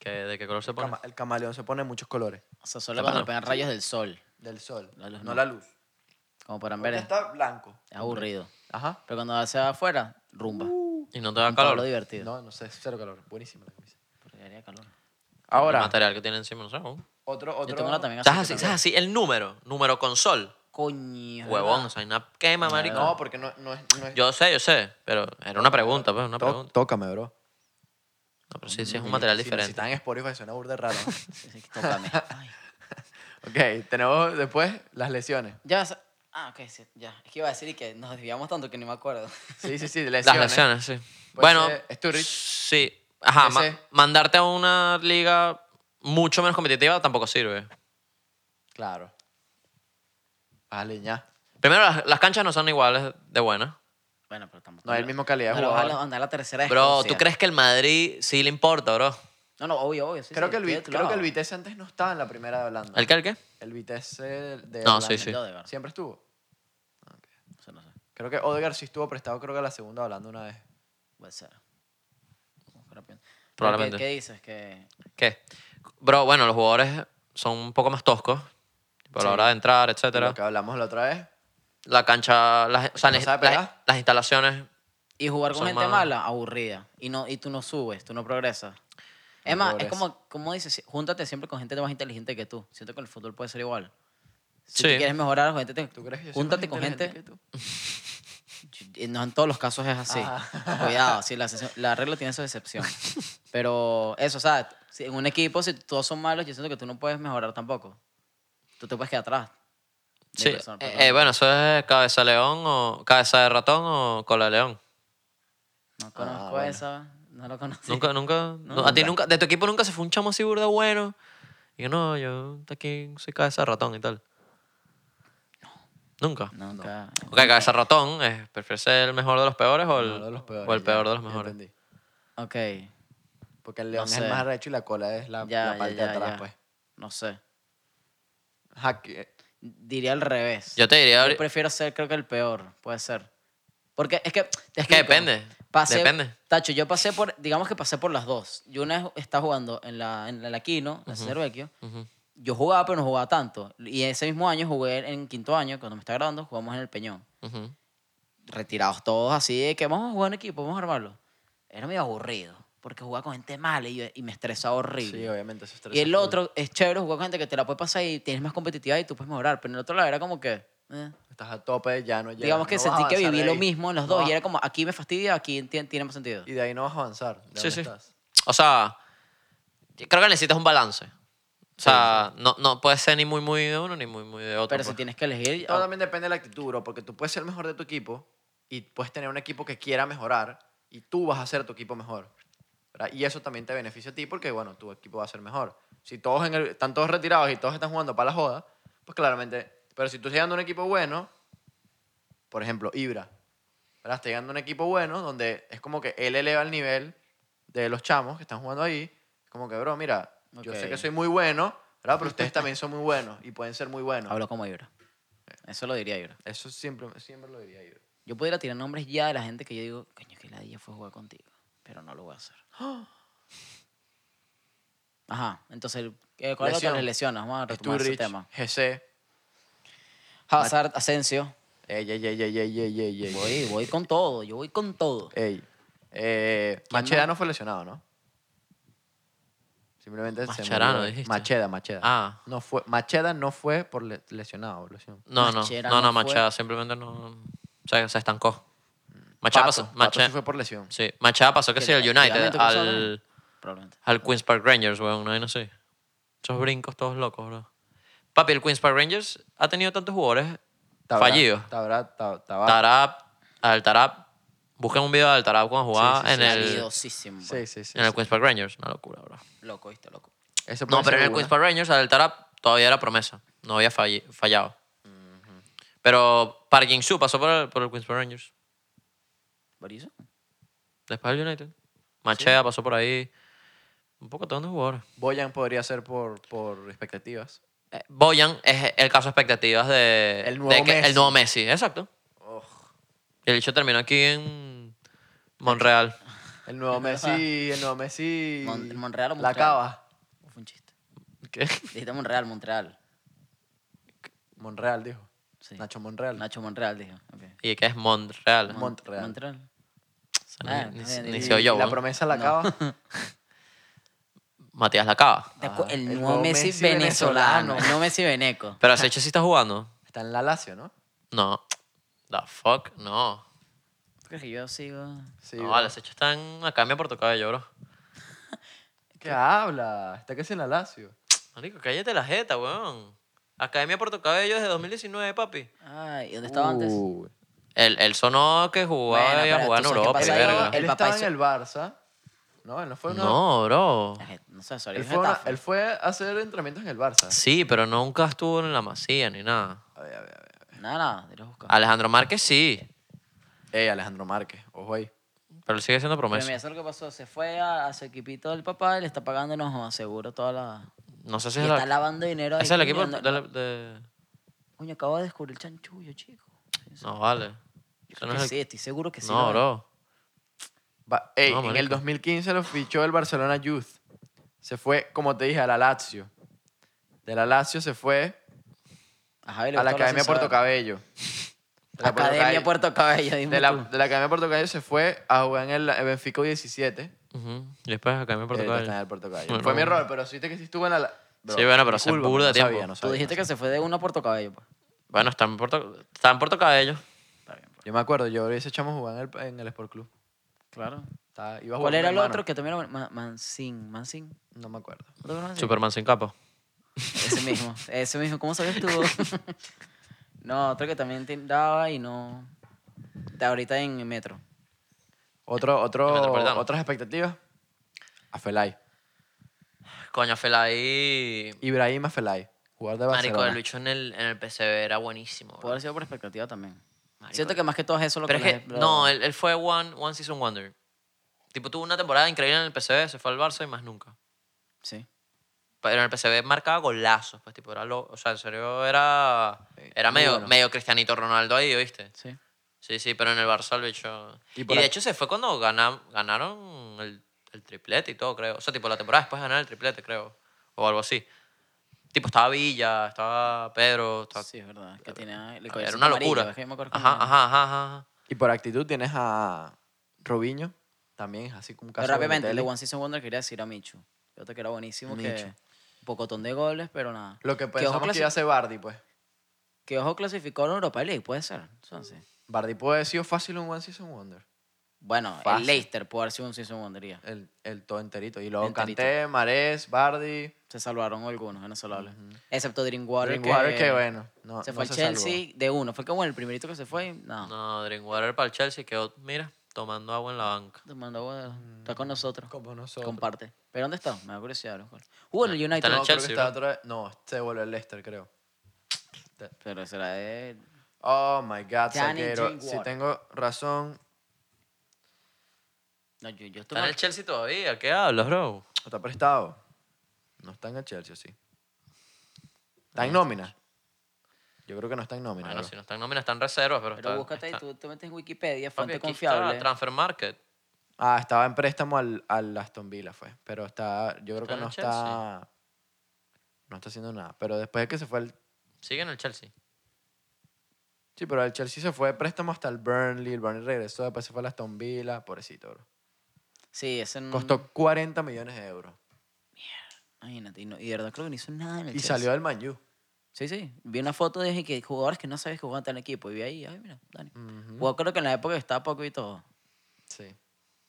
S1: ¿Que, ¿De qué color se pone?
S3: Cama- el camaleón se pone en muchos colores.
S2: O sea, solo cuando pegan rayos del sol.
S3: Del sol,
S2: La luz
S3: no,
S2: no.
S3: la luz.
S2: Como podrán ver,
S3: Ahorita
S2: es
S3: está blanco.
S2: es aburrido.
S3: Ajá.
S2: Pero cuando hace afuera, rumba.
S3: Uh.
S1: Y no te da
S2: Todo lo
S1: calor.
S2: divertido.
S3: No, no sé, cero calor. Buenísima la camisa.
S2: Porque haría calor.
S1: El
S3: Ahora,
S1: material que tiene encima, no sé. ¿no?
S3: otro, otro.
S2: Yo tengo una también así.
S1: ¿Sabes así?
S2: que
S1: ¿Sabes así? El número. Número con sol.
S2: también- Coño. es
S1: Huevón, o
S2: verdad.
S1: sea, hay una quema, marico.
S3: No, porque no, no es. No es...
S1: Yo sé, yo sé. Pero era una pregunta, pues, una
S3: Tó-
S1: pregunta.
S3: tócame, bro.
S1: No, pero sí, sí, es un material
S3: Si, si
S1: diferente.
S3: están en Spotify, suena burda raro.
S2: Sí, sí, Tócame. Ay,
S3: Ok, tenemos después las lesiones.
S2: Ya, sa- ah, ok, sí, ya. Es que iba a decir y que nos desviamos tanto que ni me acuerdo.
S3: Sí, sí, sí, lesiones.
S1: Las lesiones, sí. bueno,
S3: ser Sturridge.
S1: sí. Ajá, ma-
S3: Ese.
S1: mandarte a una liga mucho menos competitiva tampoco sirve.
S3: Claro. Vale, ya.
S1: Primero, las, las canchas no son iguales de buenas.
S2: Bueno, pero tampoco.
S3: No hay el mismo calidad de
S2: Pero ojalá
S3: jugador.
S2: andar la tercera.
S1: Bro,
S2: desconocida.
S1: ¿tú crees que el Madrid sí le importa, bro?
S2: No, no, obvio, obvio. sí,
S3: creo,
S2: sí,
S3: que el,
S2: estoy
S3: Vi-
S2: de tu
S3: creo que el
S2: lado.
S3: Vitesse antes no estaba en la primera de Holanda.
S1: ¿El qué, el qué?
S3: El Vitesse de
S1: No,
S3: Holanda.
S1: sí, sí.
S2: Odegaard.
S3: Siempre estuvo.
S2: No sé, no sé.
S3: Creo que Odegaard sí estuvo prestado, creo que a la segunda de Holanda una vez.
S2: Puede ser. Pero pienso- ¿Pero
S1: Probablemente.
S2: ¿Qué, qué dices? Que...
S1: ¿Qué? Bro, bueno, los jugadores son un poco más toscos por
S3: Sí.
S1: la hora de entrar, etcétera.
S3: Lo que hablamos la otra vez.
S1: La cancha, las, o sea,
S3: no
S1: las-
S3: sabe
S1: las-
S3: pegar.
S1: las instalaciones
S2: Y jugar con
S1: Son
S2: gente
S1: más-
S2: mala, aburrida. Y, no, y tú no subes, tú no progresas. Es más, es
S3: progresas.
S2: como, como dices, si- júntate siempre con gente más inteligente que tú. Siento que en el fútbol puede ser igual. Si tú
S1: Sí.
S2: quieres mejorar, júntate,
S3: ¿Tú crees que yo soy más
S2: júntate con
S3: inteligente
S2: gente.
S3: que tú?
S2: Y No en todos los casos es así.
S3: Ajá.
S2: Cuidado, sí, la, excepción- la regla tiene su excepción. Pero eso, o sea, si en un equipo, si todos son malos, yo siento que tú no puedes mejorar tampoco. Tú te puedes quedar atrás. de
S1: Sí,
S2: persona-
S1: eh,
S2: persona.
S1: eh, bueno, eso es cabeza león o cabeza de ratón o cola de león.
S2: No conozco
S3: bueno.
S2: esa, no lo conozco.
S1: eh, ah, Nunca, nunca,
S2: No,
S1: a ti
S2: nunca.
S1: nunca, de tu equipo nunca se fue un chamo así burda bueno. Y yo, no, yo de aquí soy cabeza de ratón y tal. Nunca.
S2: Nunca.
S1: Ok, cabeza de ratón es, ¿prefieres ser el mejor de los peores o el,
S3: Uno de los peores,
S1: o el
S3: ya,
S1: peor de los
S3: ya
S1: mejores?
S3: entendí.
S2: Ok.
S3: Porque el león es
S2: sé.
S3: el más arrecho y la cola es la,
S2: Ya,
S3: la
S2: ya,
S3: parte
S2: ya,
S3: de atrás,
S2: ya.
S3: pues.
S2: No sé.
S3: Ajá, que-
S2: Diría al revés.
S1: Yo te diría,
S2: Yo prefiero ser, creo que el peor, puede ser. Porque es que.
S1: es que depende, depende.
S2: Tacho, yo pasé por. Digamos que pasé por las dos. Yo una vez estaba jugando en la, en la Aquino, en Cervecchio.
S1: Ujú.
S2: Yo jugaba, pero no jugaba tanto. Y ese mismo año jugué en quinto año, cuando me estaba graduando, jugamos en el Peñón.
S1: Ujú.
S2: retirados todos así de que vamos a jugar en equipo, vamos a armarlo. Era medio aburrido, porque jugaba con gente mala y, yo- y me estresaba
S3: Sí,
S2: horrible.
S3: obviamente. eso
S2: y
S3: estresa
S2: el
S3: full.
S2: otro es chévere jugar con gente que te la puede pasar y tienes más competitividad y tú puedes mejorar, pero en el otro lado era como que... eh.
S3: Estás a tope, ya no llegas.
S2: Digamos que
S3: no vas a
S2: sentí que
S3: avanzar
S2: viví
S3: de
S2: lo
S3: ahí.
S2: mismo en los
S3: No
S2: dos
S3: vas-
S2: y era como aquí me fastidia, aquí tien- tiene más sentido.
S3: Y de ahí no vas a avanzar. ¿De
S1: Sí,
S3: dónde
S1: sí.
S3: estás?
S1: O sea, yo creo que necesitas un balance. O sea, No, no puedes ser ni muy, muy de uno ni muy, muy de otro.
S2: pero si
S1: pues.
S2: tienes que elegir... ah,
S3: Todo también depende de la actitud, bro, porque tú puedes ser el mejor de tu equipo y puedes tener un equipo que quiera mejorar y tú vas a ser tu equipo mejor. ¿verdad? Y eso también te beneficia a ti porque, bueno, tu equipo va a ser mejor. Si todos en el- están todos retirados y todos están jugando para la joda, pues claramente. Pero si tú estás llegando a un equipo bueno, por ejemplo, Ibra, ¿verdad? está llegando a un equipo bueno donde es como que él eleva el nivel de los chamos que están jugando ahí. Es como que, bro, mira, yo sé
S2: Ok.
S3: que soy muy bueno, ¿verdad? pero ustedes también son muy buenos y pueden ser muy buenos.
S2: Hablo como Ibra. Eso lo diría Ibra.
S3: Eso siempre, siempre lo diría yo.
S2: Yo pudiera tirar nombres ya de la gente que yo digo, coño, que la fue a jugar contigo, pero no lo voy a hacer. Ajá, entonces, ¿qué- ¿cuál es la
S3: Lesión.
S2: otra lesión? Vamos a retomar ese
S3: Sturridge,
S2: tema.
S3: GC.
S2: Hazard, Asensio.
S3: Ey, ey, ey, ey, ey, ey, ey, ey.
S2: Voy, voy con todo, yo voy con todo.
S3: Ey. Eh, Macheda no fue lesionado, ¿no? Simplemente
S1: Mascherano,
S3: se murió.
S1: dijiste.
S3: Macheda, Macheda.
S1: Ah.
S3: No fue, Macheda no fue por le- lesionado. por lesión.
S1: No, no,
S2: Machera
S1: no,
S2: no
S1: no,
S2: fue.
S1: Machada simplemente no. Se, se estancó. Machada
S3: Mm, Pato,
S1: pasó.
S3: Pato
S1: Machea-
S3: sí fue por lesión.
S1: sí, Machada pasó que sí, al
S2: ¿El
S1: United,
S2: ligamento cruzado,
S1: al,
S2: Probablemente.
S1: al Queen's Park Rangers, weón, no, no sé. Esos brincos todos locos, bro. Papi, el Queen's Park Rangers ha tenido tantos jugadores
S3: Tabra-
S1: fallidos.
S3: Tabra, Tab- Tabá.
S1: Tarab, al Tarab. Busquen un video de al Tarab cuando jugaba
S3: Sí, sí, sí,
S1: en
S3: sí.
S1: el,
S2: Validosísimo,
S3: Sí,
S2: pues.
S3: sí, sí.
S1: en el
S3: sí.
S1: Queen's Park Rangers. Una locura, bro.
S2: Loco, ¿viste? Loco.
S3: Ese puede
S1: No, pero
S3: ser
S1: en el
S3: una.
S1: Queen's Park Rangers, al Tarap todavía era promesa. No había falli- fallado. Pero Park Jin-soo pasó por el, por el Queen's Park Rangers.
S2: ¿Varizo?
S1: Después del United. Machea pasó por ahí. Un poco de jugadores.
S3: Boyan podría ser por, por expectativas.
S1: Eh, Boyan es el caso de expectativas de.
S3: El nuevo
S1: de que-
S3: Messi.
S1: El nuevo Messi, exacto.
S3: Oj.
S1: El hecho terminó aquí en Monreal.
S3: El nuevo Messi, el nuevo Messi.
S2: Mon- Monreal o
S3: La
S2: Montreal.
S3: cava.
S2: Fue un chiste.
S1: ¿Qué?
S2: Dijiste Monreal, Montreal.
S3: Monreal dijo.
S2: Sí.
S3: Nacho Monreal.
S2: Nacho Monreal, dije. ok.
S1: ¿Y qué es Monreal?
S3: Mon- Montreal.
S2: Montreal.
S1: O sea, ni-
S2: Ah,
S1: ni,
S2: está
S1: ni
S2: bien.
S1: se oyó,
S3: la
S1: ¿no?
S3: promesa la acaba.
S1: Matías Lacaba.
S2: ¿Te acu-
S3: Ajá.
S2: El nuevo Messi venezolano. El nuevo Messi veneco.
S1: Pero ese hecho sí está jugando.
S3: Está en la Lazio, ¿no?
S1: No. The fuck, no.
S2: ¿Tú crees que yo sigo?
S3: Sí.
S1: no,
S3: bro.
S1: vale, ese hecho está en Acambia por tu cabello, bro.
S3: ¿Qué habla? Está casi en la Lazio.
S1: Marico, cállate la jeta, weón. Academia Puerto Cabello desde 2019, papi.
S2: Ay, ¿y dónde estaba antes?
S1: Uh.
S3: Uy.
S1: Él, él sonó que jugaba
S2: Bueno,
S1: y iba a
S2: pero
S1: jugar
S2: tú
S1: en
S2: sabes qué
S1: Europa y
S2: pasa ahí,
S1: verga.
S2: el
S3: Él
S2: papá
S3: estaba
S2: hizo-
S3: en el Barça. No, él no fue una...
S1: No, bro.
S2: La gente- No sé, sorry,
S3: Él
S2: es
S3: fue, una-
S2: estafa.
S3: él fue a hacer entrenamientos en el Barça.
S1: Sí, pero nunca estuvo en la masía ni nada.
S3: A ver, a ver, a ver.
S2: Nada, nada, te lo busco.
S1: Alejandro Márquez sí,
S3: Ey, Alejandro Márquez, ojo ahí.
S1: pero él sigue siendo
S2: Pero
S1: promesa.
S2: mira, eso es lo que pasó. Se fue a, a su equipito del papá y le está pagando, no, seguro, toda la...
S1: No sé si
S2: Y
S1: es,
S2: está
S1: la,
S2: lavando dinero.
S1: ese
S2: ahí,
S1: es el equipo
S2: coño, no-
S1: de, la- de-
S2: Coño, acabo de descubrir el chanchullo, chico.
S1: No, vale.
S2: Yo
S1: Ese
S2: creo
S1: no
S2: que
S1: es el-
S2: sí, estoy seguro que sí.
S1: no,
S2: lo-
S1: bro.
S3: Va- ey,
S1: No,
S3: en el
S1: marico.
S3: 2015 lo fichó el Barcelona Youth. Se fue, como te dije, a la Lazio. De la Lazio se fue
S2: A, Javi le
S3: a la
S2: gustó lo
S3: Academia
S2: sin saber.
S3: Puerto Cabello. De la Puerto
S2: Academia
S3: Cabello-
S2: Puerto Cabello, dime
S3: de la,
S2: tú.
S3: de la Academia Puerto Cabello se fue a jugar en el en Benfica 17.
S1: Ujú. Y después Academia Puerto
S2: Eh,
S1: Cabello.
S3: Puerto Cabello.
S1: Bueno.
S3: Fue mi error, pero sí te que sí estuvo en la... la- Bro,
S1: Sí, bueno, pero hace
S3: discúlpame,
S1: burda de
S3: no
S1: tiempo.
S3: sabía, no
S2: Tú
S3: sabía,
S2: dijiste
S3: no
S2: que se fue de uno a Puerto Cabello, pues.
S1: Bueno, está en Puerto, está en Puerto Cabello.
S3: sabía. Yo me acuerdo, yo ese chamo jugaba en el, en el Sport Club.
S2: Claro.
S3: Estaba- iba a jugar
S2: ¿Cuál
S3: con
S2: era
S3: mi
S2: el
S3: hermano.
S2: otro que también era Ma- Mancín? Mancín.
S3: No me acuerdo.
S2: ¿No te acuerdas de
S1: Superman sin capa.
S2: ese? Ese mismo. Ese mismo. ¿Cómo sabías tú? no, otro que también te daba y no. De ahorita en Metro.
S3: Otro,
S1: El
S3: otro,
S1: Metropolitano.
S3: otras expectativas. Afelay.
S1: Coño, Felaí.
S3: Ibrahim Afelay. Jugador de Barcelona.
S1: Marico, el bicho en el, en el PCB era buenísimo. bro.
S2: Puede haber sido por expectativa también.
S1: Marico.
S2: Siento que más que todo es eso lo
S1: Pero es
S2: que.
S1: que, no, él, él fue one, one Season Wonder. Tipo, tuvo una temporada increíble en el PCB, se fue al Barça y más nunca.
S2: Sí.
S1: Pero en el PCB marcaba golazos, pues, tipo, era lo, o sea, en serio era, era
S3: muy
S1: medio,
S3: bueno.
S1: medio cristianito Ronaldo ahí, ¿viste?
S2: Sí.
S1: Sí, sí, pero en el Barça el bicho...
S3: Y
S1: Y,
S3: por
S1: de
S3: ahí-
S1: hecho se fue cuando gana- ganaron el, el triplete y todo, creo. O sea, tipo, la temporada después de ganar el triplete, creo, o algo así. Tipo, estaba Villa, estaba Pedro, estaba...
S2: Sí, es verdad. Que tenía el
S1: era
S2: collarcito
S1: una
S2: amarillo,
S1: locura.
S2: es que yo me acuerdo
S1: ajá,
S2: cómo era.
S1: ajá, ajá, ajá.
S3: Y por actitud tienes a Robinho. También es así como un caso
S2: Pero rápidamente, el de
S3: Balotelli.
S2: One Season Wonder quería decir a Michu. Yo creo que era buenísimo,
S3: Michu.
S2: que un pocotón de goles, pero nada.
S3: Lo que
S2: ojo
S3: pensamos que
S2: clasi-
S3: iba a ser Bardi, pues.
S2: que ojo clasificó en Europa League, puede ser. Entonces,
S3: Bardi puede haber sido fácil un One Season Wonder.
S2: bueno,
S3: Fácil.
S2: el Leicester puede haber sido un Season Wonder. ya.
S3: El, el todo enterito. Y luego
S2: Enterito.
S3: Canté, Marés, Bardi,
S2: Se salvaron algunos, no salvables. Excepto Drinkwater.
S3: Drinkwater,
S2: que,
S3: que bueno. No,
S2: se
S3: no
S2: fue al
S3: salvó.
S2: Chelsea de uno. Fue como el primerito que se fue. y No.
S1: No, Drinkwater para el Chelsea quedó, mira, tomando agua en la banca.
S2: Te mandó a- Está con nosotros.
S3: Como Mm, nosotros.
S2: Comparte. ¿Pero dónde está? Me da curiosidad. ¿no? Jugó en el
S1: está
S2: United.
S1: en el
S3: No,
S2: ¿no?
S3: creo que
S1: Chelsea,
S3: está
S1: ¿no?
S3: otra vez- No, este vuelve el Leicester, creo.
S2: Pero será de.
S3: Oh my God,
S2: Danny
S3: Salguero.
S2: Drinkwater.
S3: Si tengo razón,
S2: No, yo, yo estoy
S1: Está en
S2: mal-
S1: el Chelsea todavía, ¿qué hablas, bro?
S3: está prestado. No está en el Chelsea, sí. Está en nómina. Yo creo que no está en nómina.
S1: Bueno,
S3: bro.
S1: si no están nóminas, están reservas, pero,
S2: Pero
S1: están-
S2: búscate ahí,
S1: están-
S2: tú te metes en Wikipedia,
S1: Papi,
S2: fuente
S1: aquí
S2: confiable.
S1: está Transfer Market.
S3: Ah, estaba en préstamo al, al Aston Villa, fue. Pero está, yo creo
S1: Está
S3: que
S1: en
S3: no
S1: el Chelsea.
S3: está. No está haciendo nada. Pero después de que se fue el.
S1: Sigue en el Chelsea.
S3: Sí, pero el Chelsea se fue de préstamo hasta el Burnley. El Burnley regresó, después se fue al Aston Villa. Pobrecito, bro.
S2: Sí, ese no.
S3: Costó 40 millones de euros.
S2: Imagínate, y, no- y de verdad creo que no hizo nada en el
S3: Y
S2: Chelsea.
S3: salió del Man U.
S2: Sí, sí. Vi una foto de dije, que jugadores que no sabes que jugaban tal equipo. Y vi ahí, ay, mira, Dani. Jugó, creo que en la época que estaba poco y todo.
S3: Sí.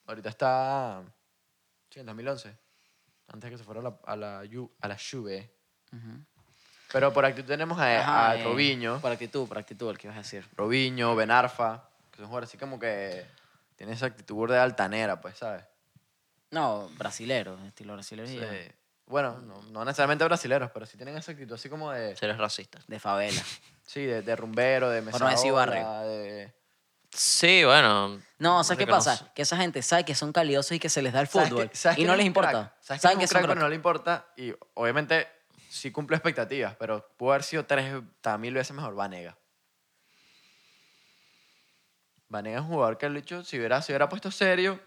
S3: Ahorita está. Sí, en 2011. Antes de que se fuera a la, a la, Ju- a la Juve. Pero por aquí tenemos a,
S2: Ajá,
S3: a
S2: eh,
S3: ah, Robinho.
S2: Por actitud, por actitud, el que ibas a decir.
S3: Robinho, Benarfa, que son jugadores así como que tienen esa actitud de altanera, pues, ¿sabes?
S2: No, brasilero, estilo brasilero. y ya.
S3: Eh, bueno, no, no necesariamente brasileros, pero sí tienen esa actitud así como de,
S1: Si eres racista.
S2: De favela.
S3: sí, de, de rumbero, de
S2: Por no decir
S3: mesadora,
S2: barrio.
S3: de...
S1: Sí, bueno.
S2: No, ¿sabes qué
S1: Marico, no
S2: pasa?
S1: sé.
S2: Que esa gente sabe que son calidosos y que se les da el
S3: ¿Sabes
S2: fútbol.
S3: que- sabes
S2: y
S3: que
S2: no
S3: es
S2: les
S3: un
S2: importa.
S3: crack? ¿Sabes
S2: saben
S3: que,
S2: que
S3: es un crack,
S2: son
S3: pero no
S2: crack.
S3: le importa? Y obviamente sí cumple expectativas, pero pudo haber sido 30 mil veces mejor Vanega. Vanega es un jugador que el hecho, si hubiera, si hubiera puesto serio,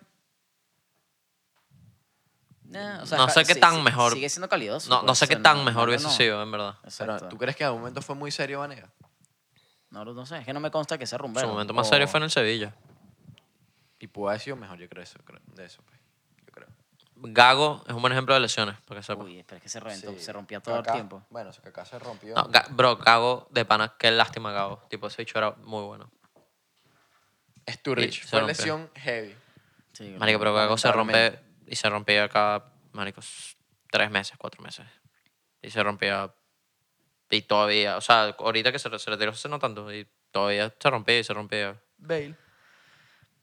S2: Eh, o
S1: No sé
S2: ca-
S1: qué
S2: sí,
S1: tan
S2: sí,
S1: mejor-
S2: Sigue siendo calidoso.
S1: No, no
S2: pues,
S1: sé
S2: o
S1: qué
S2: sea,
S1: tan
S2: no-
S1: mejor
S2: no-
S1: hubiese
S2: no.
S1: sido, en verdad.
S3: pero,
S2: Exacto.
S3: ¿tú crees que en algún momento fue muy serio Vanega?
S2: No, no sé, es que no me consta que sea rumbero.
S1: Su momento más
S2: o-
S1: serio fue en el Sevilla.
S3: Y pudo haber sido mejor, yo creo, eso, creo- de eso, pues, yo creo.
S1: Gago es un buen ejemplo de lesiones, para que sepa.
S2: Uy, pero es que se reventó,
S3: Sí.
S2: se rompía todo
S3: Kaká.
S2: el tiempo.
S3: Bueno, que acá se rompió.
S1: No, Ga- bro, Gago de pana, qué lástima Gago. Tipo, ese bicho era muy bueno.
S3: Sturridge.
S1: Sí, se
S3: Fue
S1: rompió.
S3: lesión heavy.
S2: Sí,
S1: Marico, pero Gago se rompe
S3: Lamentablemente.
S1: y se rompía cada, marico, s- tres meses, cuatro meses. Y se rompía Y todavía, o sea, ahorita que se, re- se retiró hace no tanto, y todavía se rompía y se rompía.
S3: Bale.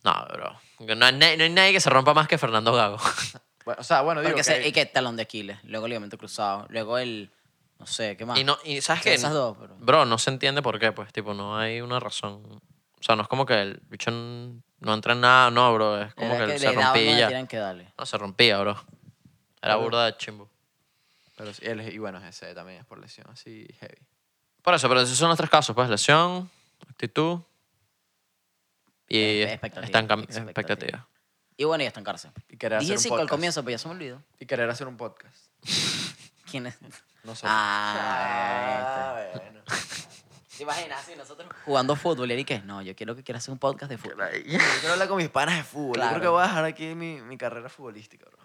S1: No, bro. No hay, na- no hay nadie que se rompa más que Fernando Gago.
S3: Bueno, o sea, bueno, digo
S2: Porque
S3: que,
S2: se- y que talón de Aquiles, luego ligamento cruzado, luego el, no sé, ¿qué más?
S1: Y, no, y ¿sabes
S2: Ah, Sí,
S1: qué?
S2: esas dos, pero-
S1: Bro, no se entiende por qué, pues, tipo, no hay una razón. O sea, no es como que el bicho n- no entra en nada, no, bro. Es como que,
S2: Era
S1: él se
S2: le daban
S1: rompía y
S2: donde
S1: ya.
S2: tenían que darle.
S1: No, se rompía, bro. Era burda de chimbo.
S3: pero sí, él es- y bueno, ese también es por lesión así heavy.
S1: Por eso, pero esos son los tres casos, pues, lesión, actitud y
S2: Eh, expectativa,
S1: están cam-
S2: expectativa.
S1: expectativa.
S2: Y bueno, ya está en cárcel.
S3: Y querer
S2: Dije
S3: hacer un
S2: cinco al
S3: podcast.
S2: comienzo, pero ya se me olvidó.
S3: Y querer hacer un podcast.
S2: ¿Quién es?
S3: Nosotros.
S2: Ah,
S3: Ah, bueno.
S2: ¿Te imaginas así nosotros jugando fútbol y que no, yo quiero que quieras hacer un podcast de fútbol.
S3: Yo quiero hablar con mis panas de fútbol. Yo
S2: Claro.
S3: creo que voy a dejar aquí mi, mi carrera futbolística, bro.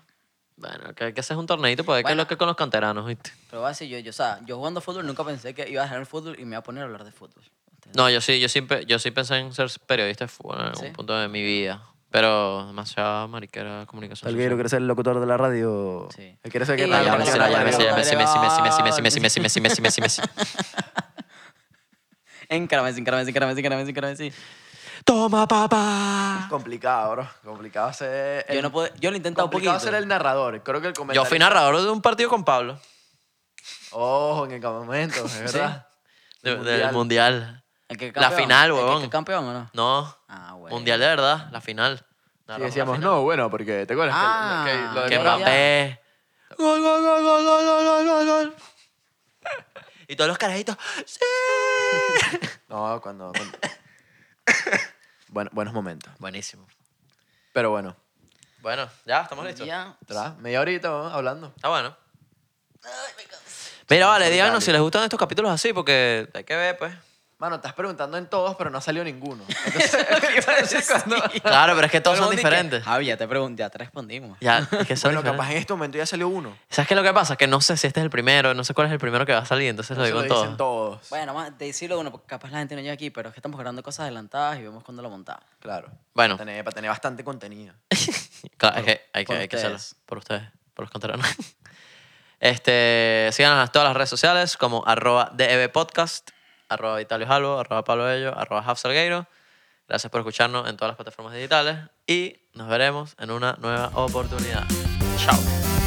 S1: Bueno, que hay que hacer un torneito para ver qué es
S2: Bueno.
S1: lo que con los canteranos, ¿viste?
S2: Pero voy a decir yo, yo, o sea, yo jugando fútbol nunca pensé que iba a dejar el fútbol y me iba a poner a hablar de fútbol.
S1: No, yo sí, yo siempre, yo sí pensé en ser periodista de fútbol en algún
S2: ¿Sí?
S1: punto de mi vida. Pero demasiada mariquera comunicación.
S3: Alguien
S1: social.
S3: quiere ser el locutor de la radio.
S2: Sí.
S3: Él quiere ser que
S2: Y
S1: Ah,
S3: tal.
S1: ya
S2: la
S1: me sé,
S2: locutora
S1: ya
S2: de
S1: me sé, ya me sé, ya me sé, ya me sé, ya me sé, ya me sé, ya me sé, ya me sé, ya me sé, ya me sé.
S2: Encárame, encárame, encárame, encárame, encárame, sí.
S1: Toma, papá.
S3: Complicado, bro. Complicado ser.
S2: Yo
S3: el-
S2: no puedo, yo lo he intentado un poquito.
S3: Complicado ser el narrador. Creo que el comentario.
S1: Yo fui narrador de un partido con Pablo,
S3: Ojo, en el campamento, es verdad.
S1: de-
S3: Del
S1: del
S3: mundial.
S1: mundial.
S2: ¿El que
S1: La
S2: campeón?
S1: final,
S2: ¿El que-
S1: huevón.
S2: que campeón o no?
S1: No,
S2: Ah, bueno.
S1: mundial de verdad, la final.
S3: Y
S1: Narramos la
S3: decíamos,
S1: final.
S3: no, bueno, porque te acuerdas
S2: Ah,
S3: que, que lo de
S1: Que
S2: ya, ya, ya.
S3: Mbappé-
S1: Mbappé. Gol, gol, gol, gol, gol, gol, gol, gol, gol. Y todos los carajitos, ¡sí!
S3: No, cuando. cuando- Bueno, buenos momentos.
S1: Buenísimo.
S3: Pero bueno,
S1: Bueno, ya, estamos listos.
S2: Ya.
S3: ¿verdad? media horita vamos hablando.
S1: Está bueno. Mira, vale, díganos si les gustan estos capítulos así, porque hay que ver, pues.
S3: Mano, estás preguntando en todos, pero no salió ninguno. Entonces, entonces cuando-
S1: Claro, pero es que todos
S2: Todo
S1: son
S2: el mundo y que,
S1: diferentes.
S2: Javi, Ah, ya te pregunté, ya te respondimos.
S1: Ya, es que son
S3: Bueno,
S1: diferentes.
S3: capaz en este momento ya salió uno.
S1: ¿Sabes qué es lo que pasa? Que no sé si este es el primero, no sé cuál es el primero que va a salir, entonces lo
S3: Eso
S1: digo
S3: lo
S1: en
S3: dicen
S1: todo.
S3: todos.
S2: Bueno, vamos a decirlo uno, porque capaz la gente no llega aquí, pero es que estamos grabando cosas adelantadas y vemos cuando lo montamos.
S3: Claro.
S1: Bueno.
S3: Para tener, para tener bastante contenido.
S1: Claro, es que hay que,
S2: por
S1: hay que hacerlo.
S2: ustedes.
S1: Por ustedes, por los canteranos. Este, síganos en todas las redes sociales como arroba DEB Podcast, arroba Vitalio Jalbo, arroba Pablo Ello, arroba Jav Salgueiro. Gracias por escucharnos en todas las plataformas digitales y nos veremos en una nueva oportunidad. Chao.